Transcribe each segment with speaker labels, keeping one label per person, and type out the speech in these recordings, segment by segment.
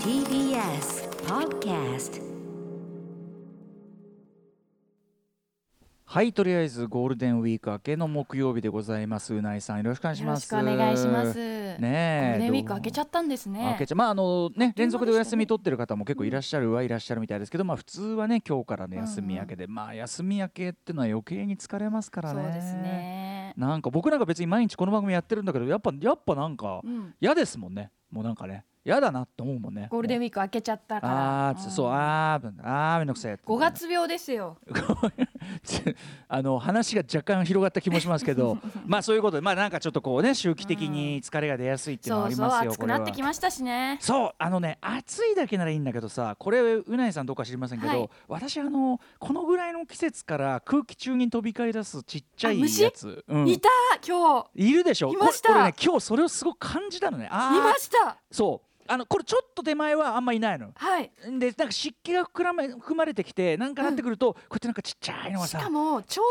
Speaker 1: TBS Podcast
Speaker 2: はいとりあえずゴールデンウィーク明けの木曜日でございますうないさんよろしくお願いし
Speaker 3: よろ
Speaker 2: ま
Speaker 3: し
Speaker 2: す
Speaker 3: くお願いします。
Speaker 2: ねえ
Speaker 3: ね、ゴールデンウィーク開けちゃったんです
Speaker 2: 明
Speaker 3: ね
Speaker 2: け。ちゃまああのね連続でお休み取ってる方も結構
Speaker 3: うん
Speaker 2: いらっしゃるはいらっしゃるみたいですけど、まあ普通はね今日からね
Speaker 3: うんうん
Speaker 2: 休み明けで、まあ休み明けってのは余計に疲れますからね
Speaker 3: そうですね。
Speaker 2: なんか僕なんか別に毎日この番組やってるんだけどやっぱやっぱなんか
Speaker 3: うん、
Speaker 2: 嫌ですもんねもうなんかね嫌だなって思うもんね
Speaker 3: ゴールデンウ
Speaker 2: ィーク
Speaker 3: ィーク開けちゃったから。
Speaker 2: あーつそう
Speaker 3: あ。
Speaker 2: あーあーめんどくせえって
Speaker 3: 五月病ですよ。
Speaker 2: ち あの話が若干広がった気もしますけ どまあそういうことでまあなんかちょっとこうね周期的に疲れが出やすいっていうの
Speaker 3: そ
Speaker 2: はあ
Speaker 3: う
Speaker 2: り
Speaker 3: そう、
Speaker 2: ますよ
Speaker 3: 暑くなって
Speaker 2: これ
Speaker 3: き
Speaker 2: は
Speaker 3: ましたしね。
Speaker 2: そうあのね暑いだけならいいんだけどさこれうなえさんどうか知りませんけど、
Speaker 3: はい
Speaker 2: 私あのこのぐらいの季節から空気中に飛び交い出すちっちゃ
Speaker 3: あ
Speaker 2: い
Speaker 3: 虫
Speaker 2: やつ、うん
Speaker 3: いた、今日。
Speaker 2: いるでしょ
Speaker 3: いました
Speaker 2: これこれね今日それをすごく感じたのね
Speaker 3: い
Speaker 2: あ
Speaker 3: ま
Speaker 2: あ
Speaker 3: した。
Speaker 2: そうあのこれちょっと手前はあんまいないの
Speaker 3: はい。
Speaker 2: でなんか湿気が含ま含まれてきてなんかなってくると、こうやってなんかちっちゃいのが
Speaker 3: し
Speaker 2: さ
Speaker 3: かも、ちょ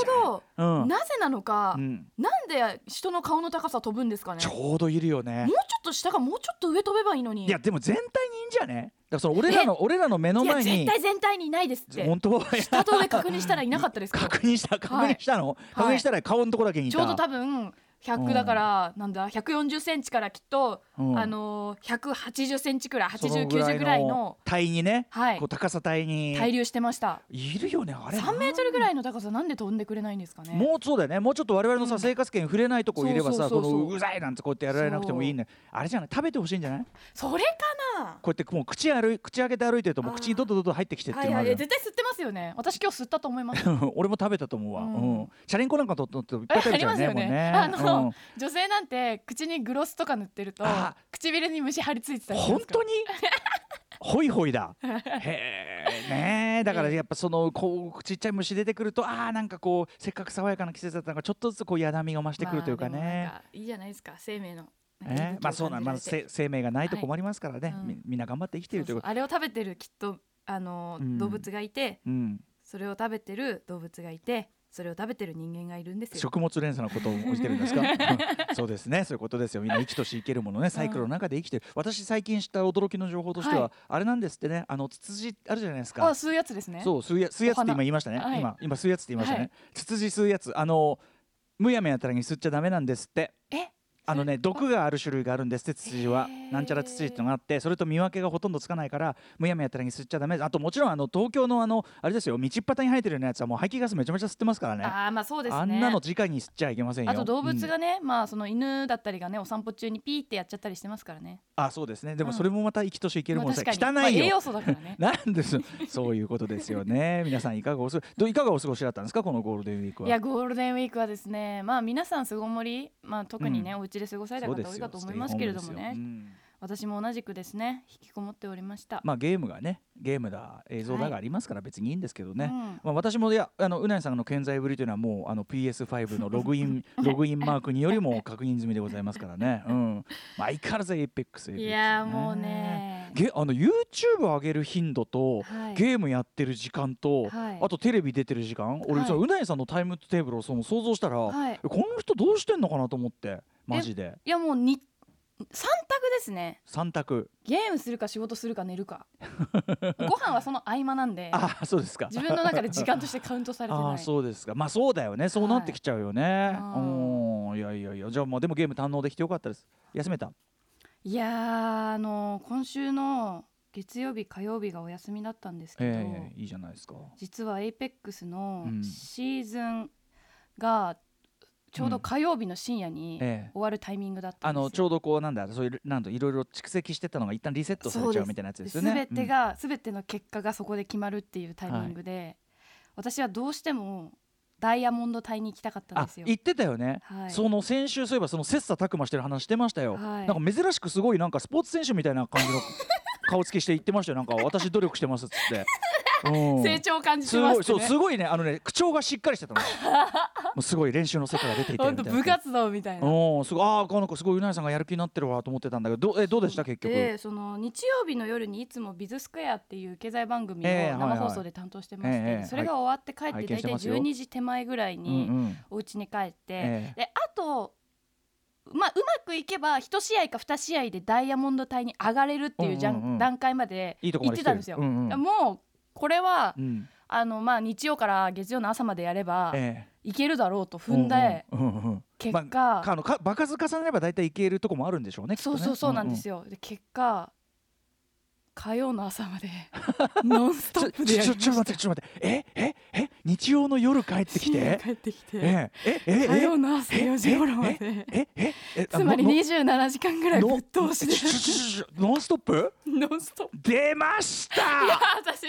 Speaker 3: う
Speaker 2: うん
Speaker 3: ど。なぜなのか
Speaker 2: う。ん、
Speaker 3: なんで人の顔の高さ飛ぶんですかね。
Speaker 2: ち
Speaker 3: もう
Speaker 2: ょうどいるよね
Speaker 3: ちょ。っと下がもうちょっと上飛べばいいのに。
Speaker 2: いやでも全体にいいんじゃね。だからその俺らの俺らの目の
Speaker 3: いや
Speaker 2: 前
Speaker 3: 絶
Speaker 2: に
Speaker 3: 対全体にいないですって。
Speaker 2: 本当
Speaker 3: 下と上確認したらいなかったですか
Speaker 2: 確。認した確認したの、確認したら顔のとこだけにい
Speaker 3: ち
Speaker 2: た。
Speaker 3: ょうど多分100だから、なんだ140センチからきっと、
Speaker 2: うん
Speaker 3: あのー180センチくらい
Speaker 2: その
Speaker 3: 80、90ぐらいの
Speaker 2: 体にね、
Speaker 3: はい
Speaker 2: こう高さ帯に
Speaker 3: 滞留してました。
Speaker 2: いるよねあれ。
Speaker 3: 3メートルぐら
Speaker 2: い。
Speaker 3: いの高さなんで飛んでくれないんですかね。
Speaker 2: もうそうだよねもうちょっと我々のさ、
Speaker 3: うん
Speaker 2: 生活圏に触れないとこいればさ
Speaker 3: そうそう
Speaker 2: こ
Speaker 3: そうそう
Speaker 2: のうざいなんてこうやってやられなくてもいいねあれじゃない食べてほしいんじゃないこ
Speaker 3: それかな。
Speaker 2: うやってもう口歩い口開けて歩いてるともう口にどんどんどんどん入ってきてって
Speaker 3: は
Speaker 2: いう
Speaker 3: い
Speaker 2: のがあ
Speaker 3: は
Speaker 2: るよ
Speaker 3: い
Speaker 2: ね
Speaker 3: 絶対吸ってますよね。私今日吸ったと思 います。
Speaker 2: 俺も食べたと思うわ、う
Speaker 3: うんん
Speaker 2: チャリンコなんかとっとといっぱい食べちゃうね
Speaker 3: あありますよね
Speaker 2: もうね
Speaker 3: あの
Speaker 2: うん
Speaker 3: 女性なんて口にグロスとか塗ってると
Speaker 2: あ
Speaker 3: 唇に虫張り付いてたりしま
Speaker 2: 本
Speaker 3: すから
Speaker 2: 当にホイホイ だへえねえだからやっぱそのこうちっちゃい虫出てくるとああなんかこうせっかく爽やかな季節だったのがちょっとずつこうやだみが増してくるというか
Speaker 3: まあでも
Speaker 2: ね
Speaker 3: な、んかいいじゃないですか生命の。
Speaker 2: ええまあそうなんまあ
Speaker 3: 生
Speaker 2: せ生命がないと困りますからね、
Speaker 3: はいうん
Speaker 2: みみんな頑張って生きて
Speaker 3: そ
Speaker 2: る
Speaker 3: う
Speaker 2: とい
Speaker 3: そうう
Speaker 2: こと
Speaker 3: あれを食べてるきっとあのー
Speaker 2: うん
Speaker 3: 動物がいて、
Speaker 2: うん
Speaker 3: それを食べてる動物がいてそれを食べてる人間がいるんですよ。
Speaker 2: 食物連鎖のことを言ってるん ですかそうですねそういうことですよみんな生きとし生けるものねサイクルの中で生きてる私最近知った驚きの情報としては、
Speaker 3: はい
Speaker 2: あれなんですってねあのツツジあるじゃないですか
Speaker 3: あ吸うやつですね。
Speaker 2: そう吸うや吸うやつって今言いましたね、
Speaker 3: はい
Speaker 2: 今今吸うやつって言いましたね、
Speaker 3: はい
Speaker 2: ツツジ吸うやつあのむやみやたらに吸っちゃダメなんですって
Speaker 3: え
Speaker 2: あのね毒がある種類があるんですってツツジは
Speaker 3: へー
Speaker 2: なんちゃらツツジってのがあってそれと見分けがほとんどつかないからむやみやたらに吸っちゃダメあともちろんあの東京のあのあれですよ道っ端に生えてるようなやつはもう排気ガスめちゃめちゃ吸ってますからね
Speaker 3: あーまあそうですね。
Speaker 2: あんなの直に吸っちゃいけませんよ
Speaker 3: あと動物
Speaker 2: うん
Speaker 3: がね、まあその犬だったりがねお散歩中にピーってやっちゃったりしてますからね。
Speaker 2: あそうですねでも
Speaker 3: うん
Speaker 2: それもまた生きとし生けるもの
Speaker 3: まあ
Speaker 2: さ、
Speaker 3: 確かにま
Speaker 2: 汚
Speaker 3: あ
Speaker 2: い
Speaker 3: 栄
Speaker 2: よ。
Speaker 3: 養素だからね
Speaker 2: なんですそういうことですよね皆さんいかがおすどういかがお過ごしだったんですかこのゴールデンウィークはい
Speaker 3: やゴールデンウィークはですね、まあ皆さん巣ごもり、まあ特にね、
Speaker 2: う
Speaker 3: お家で過ごされた
Speaker 2: そ
Speaker 3: 方
Speaker 2: う
Speaker 3: 多
Speaker 2: で
Speaker 3: い
Speaker 2: すよ
Speaker 3: かと思いますけれども
Speaker 2: ステイホームで
Speaker 3: ね
Speaker 2: すよう、ん
Speaker 3: 私も同じくですね引きこもっておりました。
Speaker 2: まあゲームがねゲームだ映像だ
Speaker 3: はい
Speaker 2: がありますから別にいいんですけどね、
Speaker 3: うん
Speaker 2: まあ、私もいやあのうなえさんの健在ぶりというのはもうあの PS5 のログイ ンログインマークによりも確認済みでございますからね、うんまあ、相変わらず APEX,
Speaker 3: いやーもうね。
Speaker 2: ゲあの YouTube 上げる頻度と、
Speaker 3: はい
Speaker 2: ゲームやってる時間と、
Speaker 3: はい
Speaker 2: あとテレビ出てる時間俺、
Speaker 3: はい
Speaker 2: そのうなえさんのタイムテーブルをその想像したら、
Speaker 3: はい
Speaker 2: この人どうしてんのかなと思ってマジで
Speaker 3: いやもうに三択ですね。
Speaker 2: 3択
Speaker 3: ゲームするか仕事するか寝 るかご飯はその合間なんで
Speaker 2: あそうですか
Speaker 3: 自分の中で時間としてカウントされて
Speaker 2: あ
Speaker 3: な
Speaker 2: あ
Speaker 3: い
Speaker 2: そうですかまあそうだよねそうなってきちゃうよね、
Speaker 3: は
Speaker 2: う
Speaker 3: い
Speaker 2: んいやいやいやじゃあまあでもゲーム堪能できてよかったです休めた
Speaker 3: いやーあのー今週の月曜日火曜日がお休みだったんですけど、
Speaker 2: ええいいじゃないですか
Speaker 3: 実は APEX の
Speaker 2: うん
Speaker 3: シーズンがちょうど火曜日の深夜に終
Speaker 2: ええ
Speaker 3: わるタイミングだった
Speaker 2: あ
Speaker 3: んですよ
Speaker 2: のちょうどこうなんだそういうなんだいろいろ蓄積してたのが一旦リセットされちゃうみたいなやつですよね
Speaker 3: 全てが、全ての結果がそこで決まるっていうタイミングで、私はどうしてもダイヤモンド隊に行きたかっ
Speaker 2: うん
Speaker 3: たん
Speaker 2: あ
Speaker 3: ですよ
Speaker 2: 言ってたよね、
Speaker 3: はい
Speaker 2: その先週そういえばその切磋琢磨してる話してましたよ、
Speaker 3: はい
Speaker 2: なんか珍しくすごいなんかスポーツ選手みたいな感じの顔つきして言ってましたよなんか私努力してますっつって、うん
Speaker 3: 成長を感じ
Speaker 2: す
Speaker 3: てます
Speaker 2: ご
Speaker 3: ね
Speaker 2: いそうすごいねあのね口調がしっかり してたのもうすごい練習の成果が出ていて
Speaker 3: 本
Speaker 2: みた
Speaker 3: 当
Speaker 2: いな
Speaker 3: 部活動みたいな
Speaker 2: おすごいああこの子すごいうなえさんがやる気になってるわと思ってたんだけどどうえどうでした結局え
Speaker 3: でその日曜日の夜にいつも「ビズスクエア」っていう経済番組を
Speaker 2: ええはいはい
Speaker 3: 生放送で担当してまして、
Speaker 2: ええええ
Speaker 3: それが終わって帰
Speaker 2: は
Speaker 3: っ
Speaker 2: い
Speaker 3: て
Speaker 2: 拝見し
Speaker 3: 大
Speaker 2: て
Speaker 3: 体
Speaker 2: ますよ
Speaker 3: 12時手前ぐらい
Speaker 2: うんう
Speaker 3: に
Speaker 2: ん
Speaker 3: お家に帰って、
Speaker 2: ええ
Speaker 3: であとまあ、うまくいけば1試合か2試合でダイヤモンド隊に上がれるっていうじゃん、
Speaker 2: うんうんうん
Speaker 3: 段階まで
Speaker 2: いいとこ
Speaker 3: 行
Speaker 2: ま
Speaker 3: っ
Speaker 2: で
Speaker 3: て
Speaker 2: 来
Speaker 3: た
Speaker 2: て
Speaker 3: ん
Speaker 2: る
Speaker 3: ですよ。
Speaker 2: うんうん
Speaker 3: もうこれは
Speaker 2: うん
Speaker 3: あの、まあ、日曜から月曜の朝までやれば
Speaker 2: え
Speaker 3: いけるだろうと
Speaker 2: え
Speaker 3: 踏んで
Speaker 2: うんうんうんうん
Speaker 3: 結
Speaker 2: まあ
Speaker 3: 果、
Speaker 2: かあのか場数重ねれば大体いけるとこもあるんでしょうね。きっと
Speaker 3: そ
Speaker 2: ね
Speaker 3: うそうそうなんですよ、で結果火曜の朝までノンスト
Speaker 2: ちょ
Speaker 3: ッ
Speaker 2: ち
Speaker 3: プ
Speaker 2: ょ
Speaker 3: でやり
Speaker 2: ちょち
Speaker 3: まし
Speaker 2: ょっと待ってちょっと待ってえええ日曜の夜帰ってき
Speaker 3: 深夜
Speaker 2: て
Speaker 3: 帰ってきて、
Speaker 2: えええええ
Speaker 3: 火曜の朝4時頃まで
Speaker 2: えええ
Speaker 3: つまり
Speaker 2: あの
Speaker 3: 27時間ぐらいぶっ通しで
Speaker 2: ちょちょちょちょノンストップ
Speaker 3: ノンストップ
Speaker 2: 出ました
Speaker 3: いや私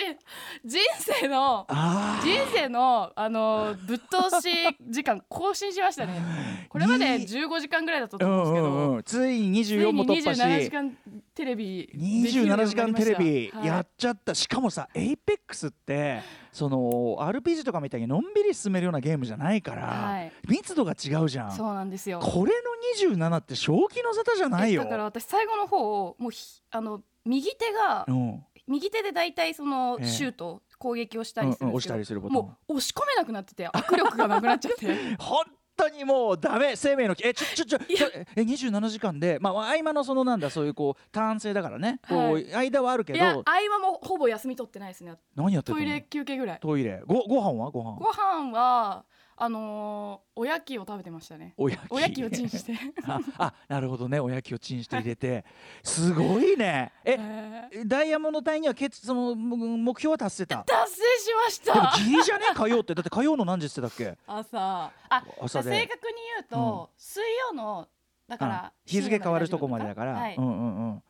Speaker 3: 人生の
Speaker 2: あー
Speaker 3: 人生のあのぶっ通し時間更新しましたねこれまで15時間ぐらいだったと
Speaker 2: う
Speaker 3: 思
Speaker 2: ん
Speaker 3: うん
Speaker 2: う
Speaker 3: ですけど、
Speaker 2: んうんついに
Speaker 3: つい
Speaker 2: 24も
Speaker 3: に
Speaker 2: 突破
Speaker 3: 27時
Speaker 2: し
Speaker 3: 間テレビできるように
Speaker 2: 27
Speaker 3: なりま
Speaker 2: 時
Speaker 3: した
Speaker 2: 間テレビ
Speaker 3: はい
Speaker 2: やっちゃった、しかもさエイペックスってその RPG とかみたいにのんびり進めるようなゲームじゃないから、
Speaker 3: はい
Speaker 2: 密度が違うじゃん
Speaker 3: そうなんですよ
Speaker 2: これの27って正気の沙汰じゃないよ
Speaker 3: えだから私最後の方をもうひあの右手が
Speaker 2: うん
Speaker 3: 右手で大体その
Speaker 2: ええ
Speaker 3: シュート、攻撃をした
Speaker 2: うん
Speaker 3: りす
Speaker 2: う
Speaker 3: る
Speaker 2: ん
Speaker 3: んで
Speaker 2: 押し
Speaker 3: すけど、
Speaker 2: たりすること
Speaker 3: もう押し込めなくなってて握力がなくなっちゃって
Speaker 2: 本当にもうダメ生命の危機えちょちょちょちょえ27時間でまあ合間のそのなんだそういうこうターン制だからね、
Speaker 3: は
Speaker 2: こう間はある け
Speaker 3: いや合
Speaker 2: ど
Speaker 3: 間もほぼ休み取ってないですね
Speaker 2: 何やってた
Speaker 3: ト
Speaker 2: の
Speaker 3: イレ休憩ぐらい
Speaker 2: トイレごご飯はご飯
Speaker 3: ご飯はあのーおやきを食べてましたね
Speaker 2: おやき
Speaker 3: おやきをチンして
Speaker 2: ああなるほどねおやきをチンして入れてすごいねえ
Speaker 3: えー
Speaker 2: ダイヤモンド隊にはけつそのむ目標は達せた
Speaker 3: 達成しまし
Speaker 2: でも
Speaker 3: た
Speaker 2: ギリじゃね火曜ってだって火曜の何時って言ってたっけ
Speaker 3: 朝あ
Speaker 2: 朝で
Speaker 3: 正確に言うと、水曜のだか
Speaker 2: うん
Speaker 3: ら
Speaker 2: 日付変わるとこまでだから、
Speaker 3: はい
Speaker 2: うんうんうん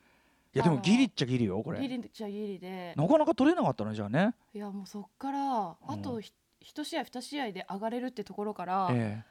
Speaker 2: いやでもギリっちゃギリよこれ
Speaker 3: ギリじゃギリで
Speaker 2: なかなか取れなかったねじゃあね、
Speaker 3: いやもうそっからあとひ一試合二試合で上がれるってところから、
Speaker 2: え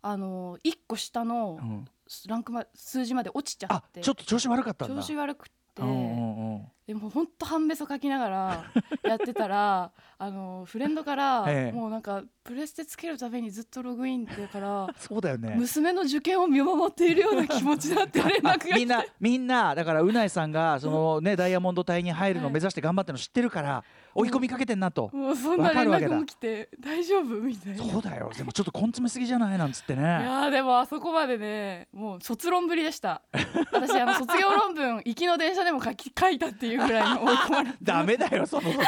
Speaker 3: あのー一個下の
Speaker 2: えうん、
Speaker 3: ランクま数字まで落ちちゃ
Speaker 2: あ
Speaker 3: って
Speaker 2: ちょっと調子悪かったんだ
Speaker 3: 調子悪くって、
Speaker 2: うんうんうん
Speaker 3: でも本当半べそ書きな がらやってたらあのーフレンドから、
Speaker 2: ええ
Speaker 3: もうなんかプレステつけるためにずっとログインってから、
Speaker 2: そうだよね
Speaker 3: 娘の受験を見守っているような気持ちだって連絡が来て
Speaker 2: みんなみんなだからうないさんがそのねダイヤモンド隊に入るのを目指して頑張ってるの知ってるから追い込みかけてんなと、
Speaker 3: もうそんな連
Speaker 2: わかるわけ
Speaker 3: 絡
Speaker 2: だ
Speaker 3: も来て大丈夫みたいな。
Speaker 2: そうだよでもちょっと根詰めすぎじゃないなんつって
Speaker 3: い
Speaker 2: ね
Speaker 3: やーでもあそこまでねもう卒論ぶりでした私あの卒業論文行きの電車でも書き 書いたっていうぐらいの追い込まれて
Speaker 2: ダメだよその卒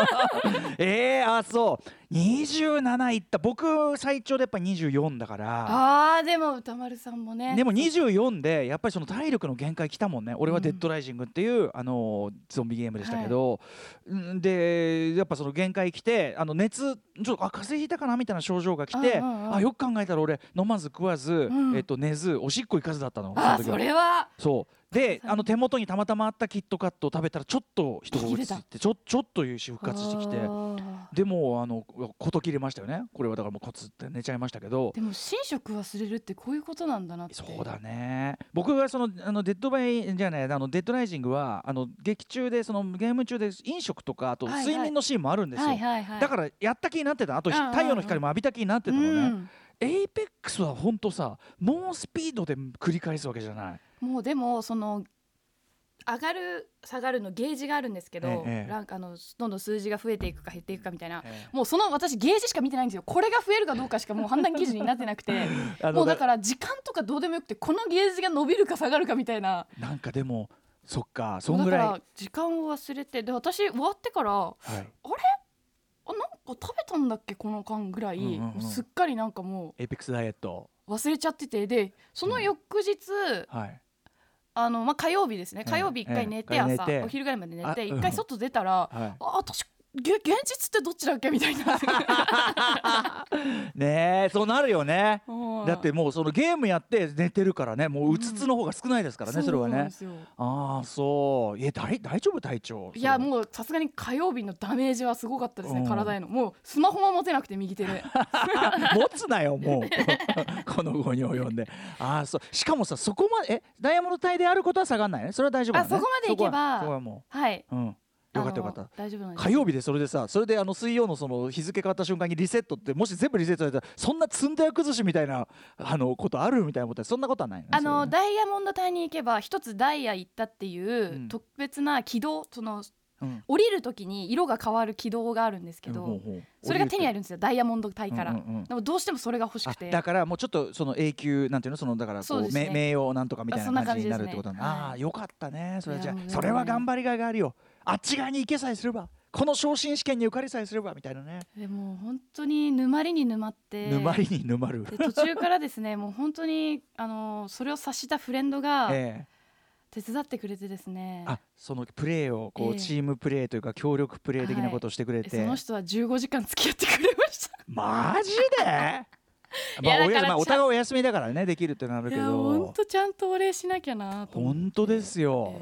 Speaker 2: 論えー、あそう27いった僕最長でやっぱ24だから
Speaker 3: あーでも歌丸さんもね
Speaker 2: でも24でやっぱりその体力の限界来たもんね俺は「デッドライジング」っていう、あのゾンビゲームでしたけど、うんでやっぱその限界来てあの熱ちょっとあ風邪ひいたかなみたいな症状が来て、
Speaker 3: うんうんうん
Speaker 2: あよく考えたら俺飲まず食わず、
Speaker 3: うん
Speaker 2: えっと、寝ずおしっこ行かずだったの
Speaker 3: あー
Speaker 2: の時は
Speaker 3: それは
Speaker 2: そうで
Speaker 3: そう
Speaker 2: あの手元にたまたまあったキットカットを食べたらちょっと人が落ち
Speaker 3: 切れ
Speaker 2: 着いてちょちょっというし復活してきて
Speaker 3: あー
Speaker 2: でもあの事切れましたよねこれはだからもうコツって寝ちゃいましたけど
Speaker 3: でも寝食忘れるってこういうことなんだなって
Speaker 2: そうだね僕はそのあのデッドバイじゃないあのデッドライジングはあの劇中でそのゲーム中で飲食とかあと
Speaker 3: はいはい
Speaker 2: 睡眠のシーンもあるんですよ、
Speaker 3: はいはいはい
Speaker 2: だからやった気になってたあとひ
Speaker 3: うんうんうん
Speaker 2: 太陽の光も浴びた気になってたのね、
Speaker 3: うん
Speaker 2: エイペックスはほんとさ猛スピードで繰り返すわけじゃない
Speaker 3: もうでもその上がる下がるのゲージがあるんですけど、
Speaker 2: ええええ
Speaker 3: なんかあのどんどん数字が増えていくか減っていくかみたいな、
Speaker 2: え
Speaker 3: もうその私ゲージしか見てないんですよこれが増えるかどうかしかもう判断基準になってなくて
Speaker 2: あの
Speaker 3: もうだから時間とかどうでもよくてこのゲージが伸びるか下がるかみたいな
Speaker 2: なんかでもそっかそん
Speaker 3: だ
Speaker 2: ぐ
Speaker 3: から
Speaker 2: い、
Speaker 3: ら時間を忘れてで私終わってからあ
Speaker 2: はい、
Speaker 3: なんか食べたんだっけこの間ぐらい、
Speaker 2: うんうんうん
Speaker 3: もうすっかりなんかも
Speaker 2: エイペックスダイエット
Speaker 3: う忘れちゃっててでその翌日、
Speaker 2: はい
Speaker 3: あのまあ、火曜日ですね
Speaker 2: ええ
Speaker 3: 火曜日一回寝て
Speaker 2: ええ
Speaker 3: 朝、
Speaker 2: 一回寝て
Speaker 3: お昼ぐらいまで寝
Speaker 2: あ
Speaker 3: て
Speaker 2: うん
Speaker 3: 一回外出たら、
Speaker 2: は
Speaker 3: あ私げ現実ってどっちだっけみた いな
Speaker 2: いねえそうなるよね
Speaker 3: うん
Speaker 2: だってもうそのゲームやって寝てるからねもううつつの方が少ないですからね、それは
Speaker 3: うなん
Speaker 2: ね
Speaker 3: ですよ
Speaker 2: ああそういや大大丈夫体調
Speaker 3: いや
Speaker 2: う
Speaker 3: もうさすがに火曜日のダメージはすごかったですね、
Speaker 2: うん
Speaker 3: 体へのもうスマホも持てなくて右 手で
Speaker 2: 持つなよ もうこの後に及んでああそうしかもさそこまでえダイヤモンド体であることは下がんないねそれは大丈夫なのね
Speaker 3: あそこまでいけば
Speaker 2: そこはそこはも
Speaker 3: はい。
Speaker 2: ううんよかったよかっ
Speaker 3: あの
Speaker 2: た
Speaker 3: 大丈夫なんです。
Speaker 2: 火曜日でそれでさそれであの水曜のその日付変わった瞬間にリセットってもし全部リセットされたらそんな積んだよ崩しみたいなあのことあるみたいなことはそんなことはないのね
Speaker 3: あの
Speaker 2: それはね
Speaker 3: ダイヤモンド隊に行けば一つダイヤ行ったっていううん特別な軌道、その
Speaker 2: うん
Speaker 3: 降りる時に色が変わる軌道があるんですけど、
Speaker 2: ほうほう
Speaker 3: それが手にあるんですよダイヤモンド体から、
Speaker 2: うんうんうん
Speaker 3: でもどうしてもそれが欲し
Speaker 2: あ
Speaker 3: くて
Speaker 2: だからもうちょっとその永久なんていうのそのだからこ
Speaker 3: そう
Speaker 2: う
Speaker 3: ですね
Speaker 2: 名名誉なんとかみたい
Speaker 3: あそんな
Speaker 2: な感じになるっ
Speaker 3: 感
Speaker 2: て
Speaker 3: じ
Speaker 2: こ
Speaker 3: ですね
Speaker 2: となんだあ
Speaker 3: は
Speaker 2: あ
Speaker 3: い
Speaker 2: ーよかったねそれはじゃ
Speaker 3: いやも
Speaker 2: あ
Speaker 3: う
Speaker 2: それは頑張りがいがあるよあっち側に行けさえすればこの昇進試験に受かりさえすればみたいなね、
Speaker 3: でもう本当に沼りに沼って
Speaker 2: 沼りに沼る
Speaker 3: で途中からですねもう本当にあのそれを察したフレンドが
Speaker 2: ええ
Speaker 3: 手伝ってくれてですね、
Speaker 2: あそのプレーをこ
Speaker 3: ええ
Speaker 2: うチームプレーというか協力プレー的な
Speaker 3: はい
Speaker 2: ことをしてくれ
Speaker 3: え
Speaker 2: て、
Speaker 3: その人は15時間付き合ってくれました
Speaker 2: マジ で
Speaker 3: い
Speaker 2: ま
Speaker 3: や
Speaker 2: あ、お
Speaker 3: だから
Speaker 2: やまあ
Speaker 3: ちゃん
Speaker 2: お互いお休みだからねできるってなる
Speaker 3: い
Speaker 2: け
Speaker 3: や本
Speaker 2: ど
Speaker 3: 当ちゃんとお礼しなきゃなと思って
Speaker 2: 本当ですよ、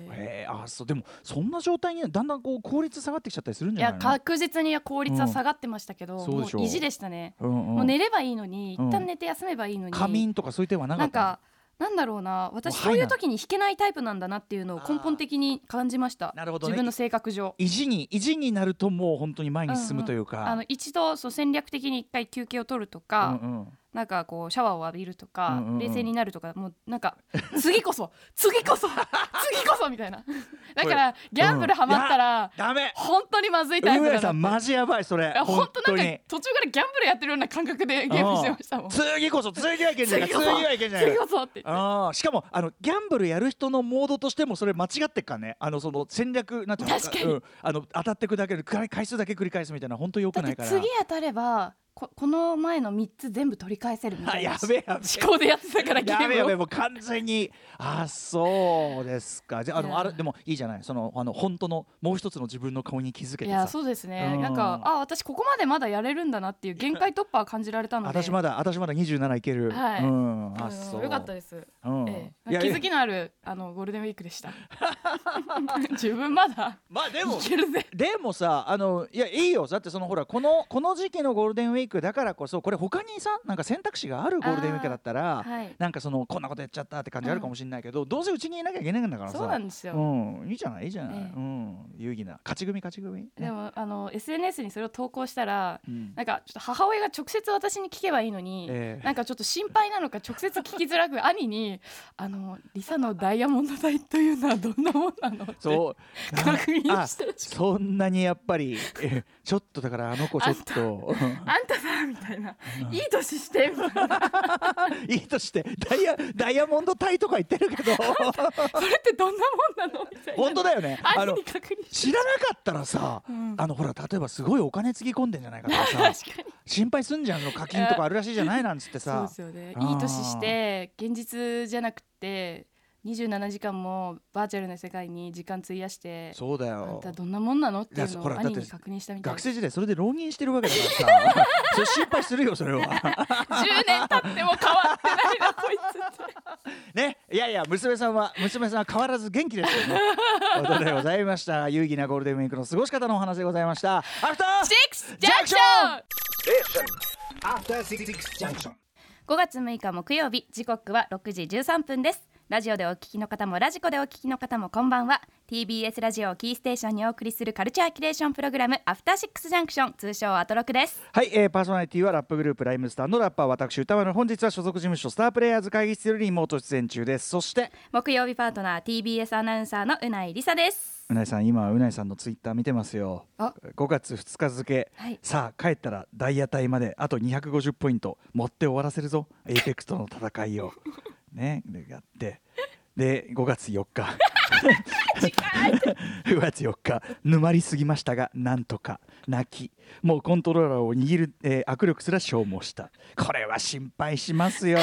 Speaker 2: え
Speaker 3: え
Speaker 2: えあそうでもそんな状態にだんだんこう効率下がってきちゃったりするん
Speaker 3: い
Speaker 2: じゃ
Speaker 3: や
Speaker 2: ないの
Speaker 3: 確実に効率は下がってましたけど、
Speaker 2: うんそう
Speaker 3: も
Speaker 2: でしょ
Speaker 3: う
Speaker 2: う
Speaker 3: 意地でしたね、
Speaker 2: うんうん
Speaker 3: もう寝ればいいのに
Speaker 2: うん
Speaker 3: 一旦寝て休めばいいのに、
Speaker 2: 仮眠とかそういう手はなか
Speaker 3: なん
Speaker 2: った
Speaker 3: かなんだろうな私
Speaker 2: もう
Speaker 3: そ
Speaker 2: は
Speaker 3: う
Speaker 2: い
Speaker 3: い
Speaker 2: な
Speaker 3: う時に弾けないタイプなんだなっていうのを根本的に感じました
Speaker 2: なるほどね
Speaker 3: 自分の性格上
Speaker 2: 意地に意地になるともう本当に前に進むという
Speaker 3: あ
Speaker 2: か、
Speaker 3: の一度そう戦略的に一回休憩を取るとか、
Speaker 2: うんうん
Speaker 3: なんかこうシャワーを浴びるとか、
Speaker 2: うんうんうん
Speaker 3: 冷静になるとかもうなんか次こそ次こそ次こそみたいなだからギャンブルハマったら、
Speaker 2: ダメ
Speaker 3: 本当にまずいタイプ
Speaker 2: 上谷
Speaker 3: だな
Speaker 2: さんマジやばいそれ
Speaker 3: いや
Speaker 2: 本
Speaker 3: 本
Speaker 2: 当
Speaker 3: 当なん
Speaker 2: に
Speaker 3: か途中からギャンブルやってるような感覚でゲームしてましたもん
Speaker 2: 次こそ次はいけんじゃない
Speaker 3: 次
Speaker 2: 次
Speaker 3: こそ
Speaker 2: はいけんじゃない
Speaker 3: 次こそって言って
Speaker 2: あーしかもあのギャンブルやる人のモードとしてもそれ間違ってっからねあのその戦略なんていうの
Speaker 3: 確かに
Speaker 2: うんあの当たってくだけで回回数だけ繰り返すみたいな本当良く
Speaker 3: だ
Speaker 2: な
Speaker 3: っ
Speaker 2: い
Speaker 3: て
Speaker 2: から
Speaker 3: 次当たればここの前の3つ全部取り返せるみた
Speaker 2: あ
Speaker 3: いな
Speaker 2: や
Speaker 3: 思
Speaker 2: べえやべえ
Speaker 3: 考でやってたからゲ
Speaker 2: やべえや
Speaker 3: ー
Speaker 2: べ
Speaker 3: ム
Speaker 2: え
Speaker 3: を
Speaker 2: もう完全にあそうですかじゃああ
Speaker 3: い
Speaker 2: の
Speaker 3: や
Speaker 2: あるでもいいじゃないそのあの本当のもう一つの自分の顔に気づけ
Speaker 3: い
Speaker 2: て
Speaker 3: や
Speaker 2: さ
Speaker 3: そうですね
Speaker 2: うん
Speaker 3: なんかあ私ここまでまだやれるんだなっていう限界突破は感じられたので
Speaker 2: 私まだ私まだ27いける、
Speaker 3: はい
Speaker 2: うん
Speaker 3: う
Speaker 2: あ
Speaker 3: ん
Speaker 2: そう
Speaker 3: よかったです
Speaker 2: うん
Speaker 3: ええ
Speaker 2: いや
Speaker 3: 気づきのあるあのゴールデンウィークで した自分まだ
Speaker 2: まあでも
Speaker 3: いけるぜ
Speaker 2: でもさあのいやいいよだってそのほらこのこの時期のゴールデンウィークだからこそこれ他にさなんか選択肢があるゴールデンウィークだったら、
Speaker 3: はい
Speaker 2: なんかそのこんなことやっちゃったって感じあるかもしれないけど、どうせうちにいなきゃいけないんだからさ
Speaker 3: そうなんですよ
Speaker 2: うんいいじゃないいいじゃない、
Speaker 3: ええ
Speaker 2: うん有意義な勝ち組勝ち組、ね
Speaker 3: でもあの SNS にそれを投稿したら
Speaker 2: うん
Speaker 3: なんかちょっと母親が直接私に聞けばいいのに、
Speaker 2: ええ
Speaker 3: なんかちょっと心配なのか直接聞きづらく 兄に「あのリサのダイヤモンド代というのはどんなもんなの?」って
Speaker 2: そう
Speaker 3: 確認
Speaker 2: あ
Speaker 3: してるし
Speaker 2: そんなにやっぱりえちょっとだからあの子ちょっと
Speaker 3: 「あんたさ」みたいな「いい年して」みたいな
Speaker 2: いいとしてダイヤダイヤモンド隊とか言ってる けど
Speaker 3: それってどんなもんなのみたいな
Speaker 2: 本当だよねあ
Speaker 3: 兄
Speaker 2: の
Speaker 3: に確認して
Speaker 2: 知らなかったらさ、
Speaker 3: うん
Speaker 2: あのほら例えばすごいお金つぎ込んでんじゃないかとかさ
Speaker 3: 確かに
Speaker 2: 心配すんじゃんの課金とかあるらしいじゃないなんつって
Speaker 3: そう
Speaker 2: さ
Speaker 3: ですよね
Speaker 2: あー
Speaker 3: いい年して現実じゃなくて27時間もバーチャルな世界に時間費やして
Speaker 2: そうだ
Speaker 3: あん
Speaker 2: よ
Speaker 3: たどんなもんなのっていうの
Speaker 2: ほ
Speaker 3: を
Speaker 2: らだっ
Speaker 3: 兄
Speaker 2: て
Speaker 3: に確認したみたい
Speaker 2: 学
Speaker 3: です
Speaker 2: 生時代それで浪人してるわけだから さそれ心配するよそれは
Speaker 3: 10年経っても変わってないなこいつって
Speaker 2: ねいやいや娘さんは娘さんは変わらず元気です よねということでございました有意義なゴールデンウィークの過ごし方のお話でございましたアフター
Speaker 3: 6ジャンクション
Speaker 4: After Six Junction.
Speaker 5: 5月6日木曜日時刻は6時13分ですラジオでお聞きの方もラジコでお聞きの方もこんばんは TBS ラジオをキーステーションにお送りするカルチャーキュレーションプログラムアフターシックスジャンクション通称アトロクです
Speaker 2: はい、えーパーソナリティはラップグループライムスターのラッパー私歌丸本日は所属事務所スタープレイヤーズ会議室よりリモート出演中ですそして
Speaker 5: 木曜日パートナー TBS アナウンサーのうなえりさです
Speaker 2: うないさん今うないさんのツイッター見てますよ
Speaker 5: あ
Speaker 2: 5月2日付、
Speaker 5: はい
Speaker 2: さあ帰ったらダイヤ隊まであと250ポイント持って終わらせ るぞエイペックスとの戦いをねでやってで5月4日 5月4日沼りすぎましたがなんとか泣きもうコントローラーを握る、えー握力すら消耗したこれは心配しますよ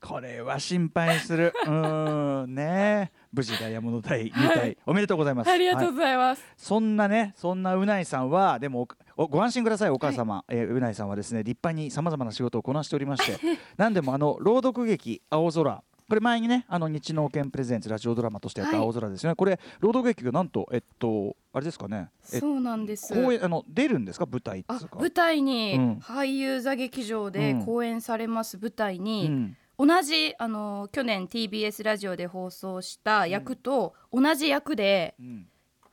Speaker 2: これは心配するうーんね無事ダイヤモンド隊入隊、おめでとうございます
Speaker 3: ありがとうございます、
Speaker 2: そんなねそんなうないさんはでもおおご安心くださいお母様、えーうないさんはですね立派にさまざまな仕事をこなしておりまして 何でもあの朗読劇「青空」これ前にねあの日農研プレゼンツラジオドラマとしてやった
Speaker 5: はい
Speaker 2: 青空ですよね、これ朗読劇がなんとえっとあれですかねえ
Speaker 5: うなんで
Speaker 2: 公演あの出るんですか舞台っ
Speaker 5: あ
Speaker 2: つうか
Speaker 5: 舞台
Speaker 2: う
Speaker 5: に
Speaker 2: ん
Speaker 5: 俳優座劇場で
Speaker 2: うん
Speaker 5: 公演されます舞台
Speaker 2: う
Speaker 5: に、
Speaker 2: ん
Speaker 5: 同じあの去年 TBS ラジオで放送した役と同じ役で、
Speaker 2: うん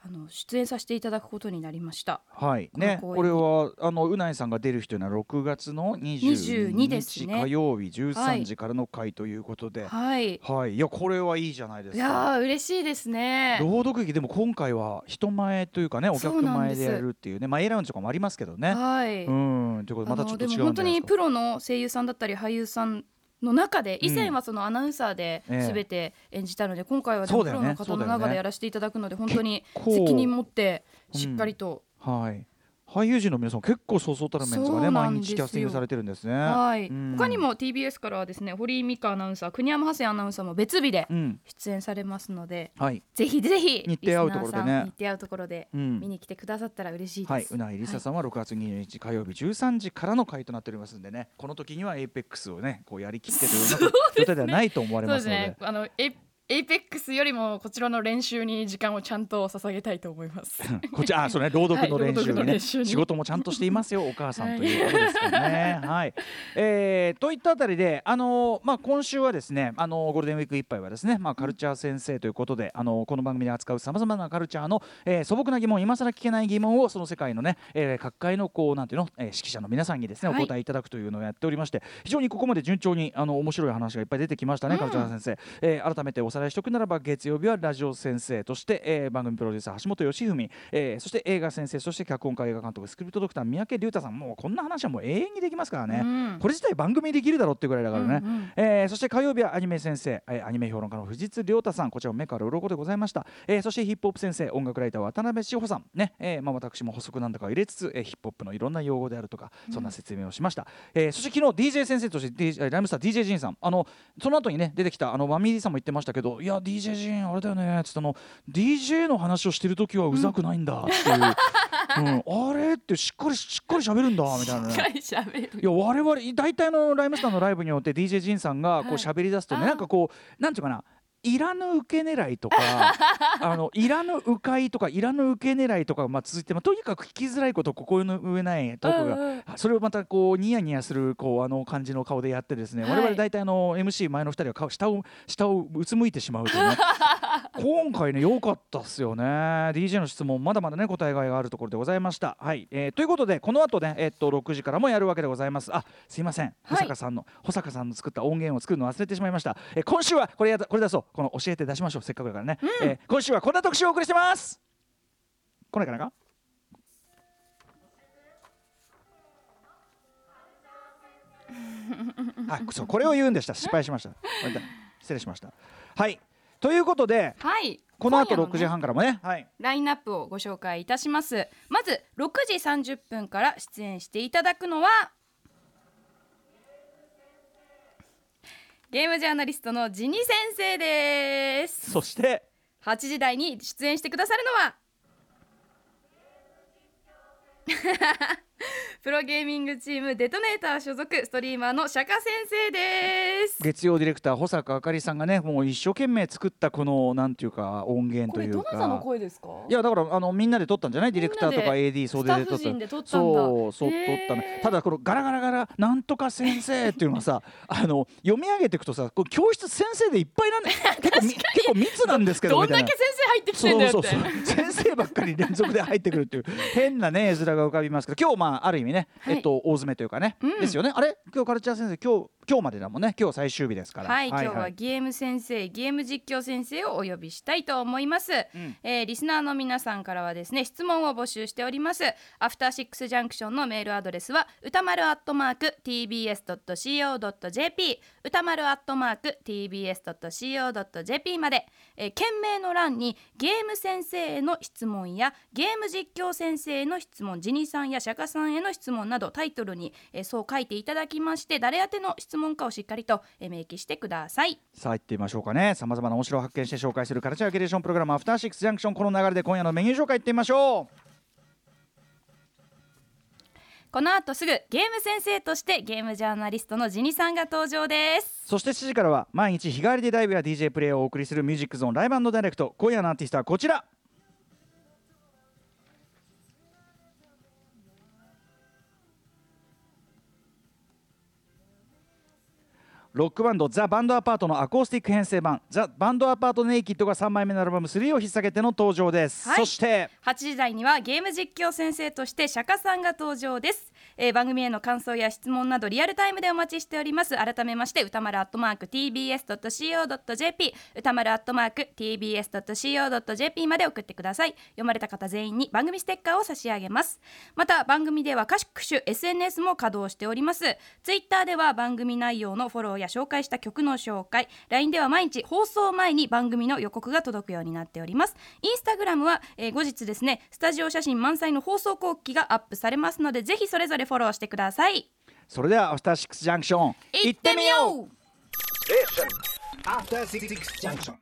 Speaker 5: あの出演させていただくことになりました。
Speaker 2: はい
Speaker 5: の
Speaker 2: ね、
Speaker 5: 公演
Speaker 2: これはあのうないさんが出る日というのは6月の22
Speaker 5: 22です
Speaker 2: 日
Speaker 5: ね
Speaker 2: 火曜日
Speaker 5: はい
Speaker 2: 13時からの回ということで、はい
Speaker 5: はい。
Speaker 2: い、やこれはいいじゃないで
Speaker 5: い
Speaker 2: すか。
Speaker 5: やー嬉しいですね。
Speaker 2: 朗読劇でも今回は人前というかねお
Speaker 5: そう
Speaker 2: 客
Speaker 5: なんで
Speaker 2: 前
Speaker 5: す
Speaker 2: でやるっていうねまあ A ラウンジとかもありますけどね。
Speaker 5: はい。
Speaker 2: うんということでまたちょっと違うん
Speaker 5: あの
Speaker 2: じ
Speaker 5: で
Speaker 2: ゃ
Speaker 5: も
Speaker 2: ない
Speaker 5: 本
Speaker 2: で
Speaker 5: 当
Speaker 2: す
Speaker 5: に
Speaker 2: か。
Speaker 5: プロの声優さんだったり俳優さんの中で以前はそのアナウンサーで
Speaker 2: ええ
Speaker 5: 全て演じたので、今回はで
Speaker 2: そ
Speaker 5: も
Speaker 2: う
Speaker 5: プ
Speaker 2: だよ
Speaker 5: ロ
Speaker 2: ね
Speaker 5: の方
Speaker 2: そうだ
Speaker 5: の
Speaker 2: よね
Speaker 5: 中でやらせていただくので本当に
Speaker 2: 結構
Speaker 5: 責任持ってしっかりと、
Speaker 2: はい。俳優陣の皆さん結構そうそうたるメンツが
Speaker 5: そ
Speaker 2: ね
Speaker 5: うな
Speaker 2: 毎
Speaker 5: んです
Speaker 2: 日
Speaker 5: よ
Speaker 2: キャスティングされてるんですね。
Speaker 5: はい、
Speaker 2: うん
Speaker 5: 他にも TBS からはですね堀井美香アナウンサー国山ハセアナウンサーも別日で
Speaker 2: うん
Speaker 5: 出演されますので、
Speaker 2: はい。
Speaker 5: ぜひぜひ
Speaker 2: 日程合うところでね
Speaker 5: リスナーさん日程合うところで
Speaker 2: うん
Speaker 5: 見に来てくださったら嬉しいです、
Speaker 2: はい、うないりささんは6月22日火曜日13時からの回となっておりますんでね、この時にはエイペックスをね、こうやりきってというような状態ではないと思われ
Speaker 3: そ
Speaker 2: ま
Speaker 3: うですす
Speaker 2: ので、
Speaker 3: ね。あのエエイペックスよりもこちらの練習に時間をちゃんと捧げたいと思います。
Speaker 2: こっちあ、そうね、朗読の
Speaker 3: はい
Speaker 2: 練習
Speaker 3: 朗読の
Speaker 2: にね、
Speaker 3: 練習に
Speaker 2: 仕事もちゃんとしていますよ、お母さ
Speaker 3: は
Speaker 2: ん
Speaker 3: い
Speaker 2: ということですかね。はい、えーといったあたりで、あのーまあ今週はですね、あのーゴールデンウィークいっぱいはですね、まあカルチャー先生ということで、あのーこの番組で扱うさまざまなカルチャーの、えー素朴な疑問、今更聞けない疑問をその世界のね、えー各界のこうなんていうの、えー指揮者の皆さんにですね、お
Speaker 5: はい
Speaker 2: 答えいただくというのをやっておりまして、非常にここまで順調にあの面白い話がいっぱい出てきましたね、カルチャー先生。えー改めておさらいしておくならば月曜日はラジオ先生として、えー番組プロデューサー橋本義文、えーそして映画先生そして脚本家映画監督スクリプトドクター三宅龍太さんもうこんな話はもう永遠にできますからね、
Speaker 5: うん
Speaker 2: これ自体番組できるだろうっていうぐらいだからね、
Speaker 5: うんうん
Speaker 2: えーそして火曜日はアニメ先生、えーアニメ評論家の藤津亮太さんこちらも目から鱗でございました、えーそしてヒップホップ先生音楽ライター渡辺志保さんね、えーまあ、私も補足なんだかを入れつつ、えーヒップホップのいろんな用語であるとかそんな説明をしました、えーそして昨日 DJ 先生として、DJ ライムスター DJ ジンさんあのその後にね出てきたあのマミリーさんも言ってましたけどいや DJ ジンあれだよねっつってあの DJ の話をしてる時はうざくないんだって いう、うんあれってしっかりしっかり喋るんだみたいなね
Speaker 3: 喋る。
Speaker 2: いや我々大体のライムスターのライブによって DJ ジンさんがこう
Speaker 3: はい
Speaker 2: 喋り出すとね、
Speaker 3: あー
Speaker 2: なんかこうなんていうかないらぬ受け狙い とかあのいらぬ迂回とかいらぬ受け狙いとかがまあ続いて、まあ、とにかく聞きづらいことここの上ないトークが
Speaker 3: うんうん
Speaker 2: それをまたこうニヤニヤするこうあの感じの顔でやってですね、
Speaker 3: はい
Speaker 2: 我々大体あの MC 前の2人は顔下を下をうつむいてしまうというね今回ね良かったっすよね DJ の質問まだまだね答えがいがあるところでございましたはい、えーということでこの後ねえっと6時からもやるわけでございますあすいません
Speaker 5: は
Speaker 2: 保
Speaker 5: い
Speaker 2: 坂さんの、保坂さんの作った音源を作るの忘れてしまいました、えー今週はこれやだこれだそうこの教えて出しましょうせっかくだからね、えー今週はこんな特集をお送りしてます来ないかなか あ、そうこれを言うんでした。失敗しました。ごめんなさい失礼しました。はい。ということで、
Speaker 5: はい
Speaker 2: この後
Speaker 5: 今夜
Speaker 2: 6時半からもね、はい。
Speaker 5: ラインナップをご紹介いたしますまず6時30分から出演していただくのはゲームジャーナリストのジニ先生です
Speaker 2: そして、
Speaker 5: 8時台に出演してくださるのは プロゲーミングチームデトネーター所属ストリーマーの釈迦先生です
Speaker 2: 月曜ディレクター保坂あかりさんがね、もう一生懸命作ったこのなんていうか音源
Speaker 3: ことれ
Speaker 2: いう
Speaker 3: どなたの
Speaker 2: か。
Speaker 3: 声ですか？
Speaker 2: いやだからあのみんなで撮ったんじゃないディレクターとか
Speaker 5: み
Speaker 2: AD 総出で撮
Speaker 5: スタ
Speaker 2: った
Speaker 5: ッフ陣で撮ったんだ
Speaker 2: そうそう撮
Speaker 5: へー
Speaker 2: ったねただこのガラガラガラなんとか先生っていうのはさ あの読み上げていくとさこう教室先生でいっぱいなん で結構み結構密なんですけど
Speaker 3: ど
Speaker 2: み
Speaker 3: ん
Speaker 2: たい
Speaker 3: だ
Speaker 2: な
Speaker 3: け先生入ってきてんだ
Speaker 2: そう
Speaker 3: よって。
Speaker 2: そうそう先生ばっかり連続で入ってくるっていう変なね絵面が浮かびますけど今日まあある意味ね、
Speaker 5: はい
Speaker 2: えっと、大詰めというかね、ですよねあれ今日カルチャー先生今日今日までだもんね今日最終日ですから
Speaker 5: はい、今日はゲーム先生、ゲーム実況先生をお呼びしたいと思います、
Speaker 2: ん
Speaker 5: えーリスナーの皆さんからはですね、質問を募集しております。アフターシックスジャンクションのメールアドレスは、歌丸アットマーク tbs.co.jp、歌丸アットマーク tbs.co.jp まで、えー、件名の欄にゲーム先生への質問やゲーム実況先生への質問ジニさんや釈迦さんへの質問などタイトルに、えーそう書いていただきまして誰宛ての質問かをしっかりと、えー明記してください
Speaker 2: さあ行ってみましょうかねさまざまな面白を発見して紹介するカルチャーキュレーションプログラム「アフターシックスジャンクション」この流れで今夜のメニュー紹介行ってみましょう
Speaker 5: この後すぐゲーム先生としてゲームジャーナリストのジニさんが登場です
Speaker 2: そして7時からは毎日日替わりでライブや DJ プレイをお送りする「ミュージックゾーンライブダイレクト」今夜のアーティストはこちらロックバンドザ・バンドアパートのアコースティック編成版ザ・バンドアパートネイキッドが3枚目のアルバム3を引っ提げての登場です、
Speaker 5: は
Speaker 2: そ
Speaker 5: い
Speaker 2: して
Speaker 5: 8時台にはゲーム実況先生として釈迦さんが登場です、えー番組への感想や質問などリアルタイムでお待ちしております改めまして歌丸アットマーク tbs.co.jp 歌丸アットマーク tbs.co.jp まで送ってください読まれた方全員に番組ステッカーを差し上げますまた番組では各種 SNS も稼働しておりますツイッターでは番組内容のフォローや紹介した曲の紹介 LINE では毎日放送前に番組の予告が届くようになっておりますインスタグラムは、えー後日ですねスタジオ写真満載の放送後期がアップされますのでぜひそれぞれフォローしてください
Speaker 2: それではアフターシックスジャンクション
Speaker 5: 行ってみよう
Speaker 4: Station. After Six Junction.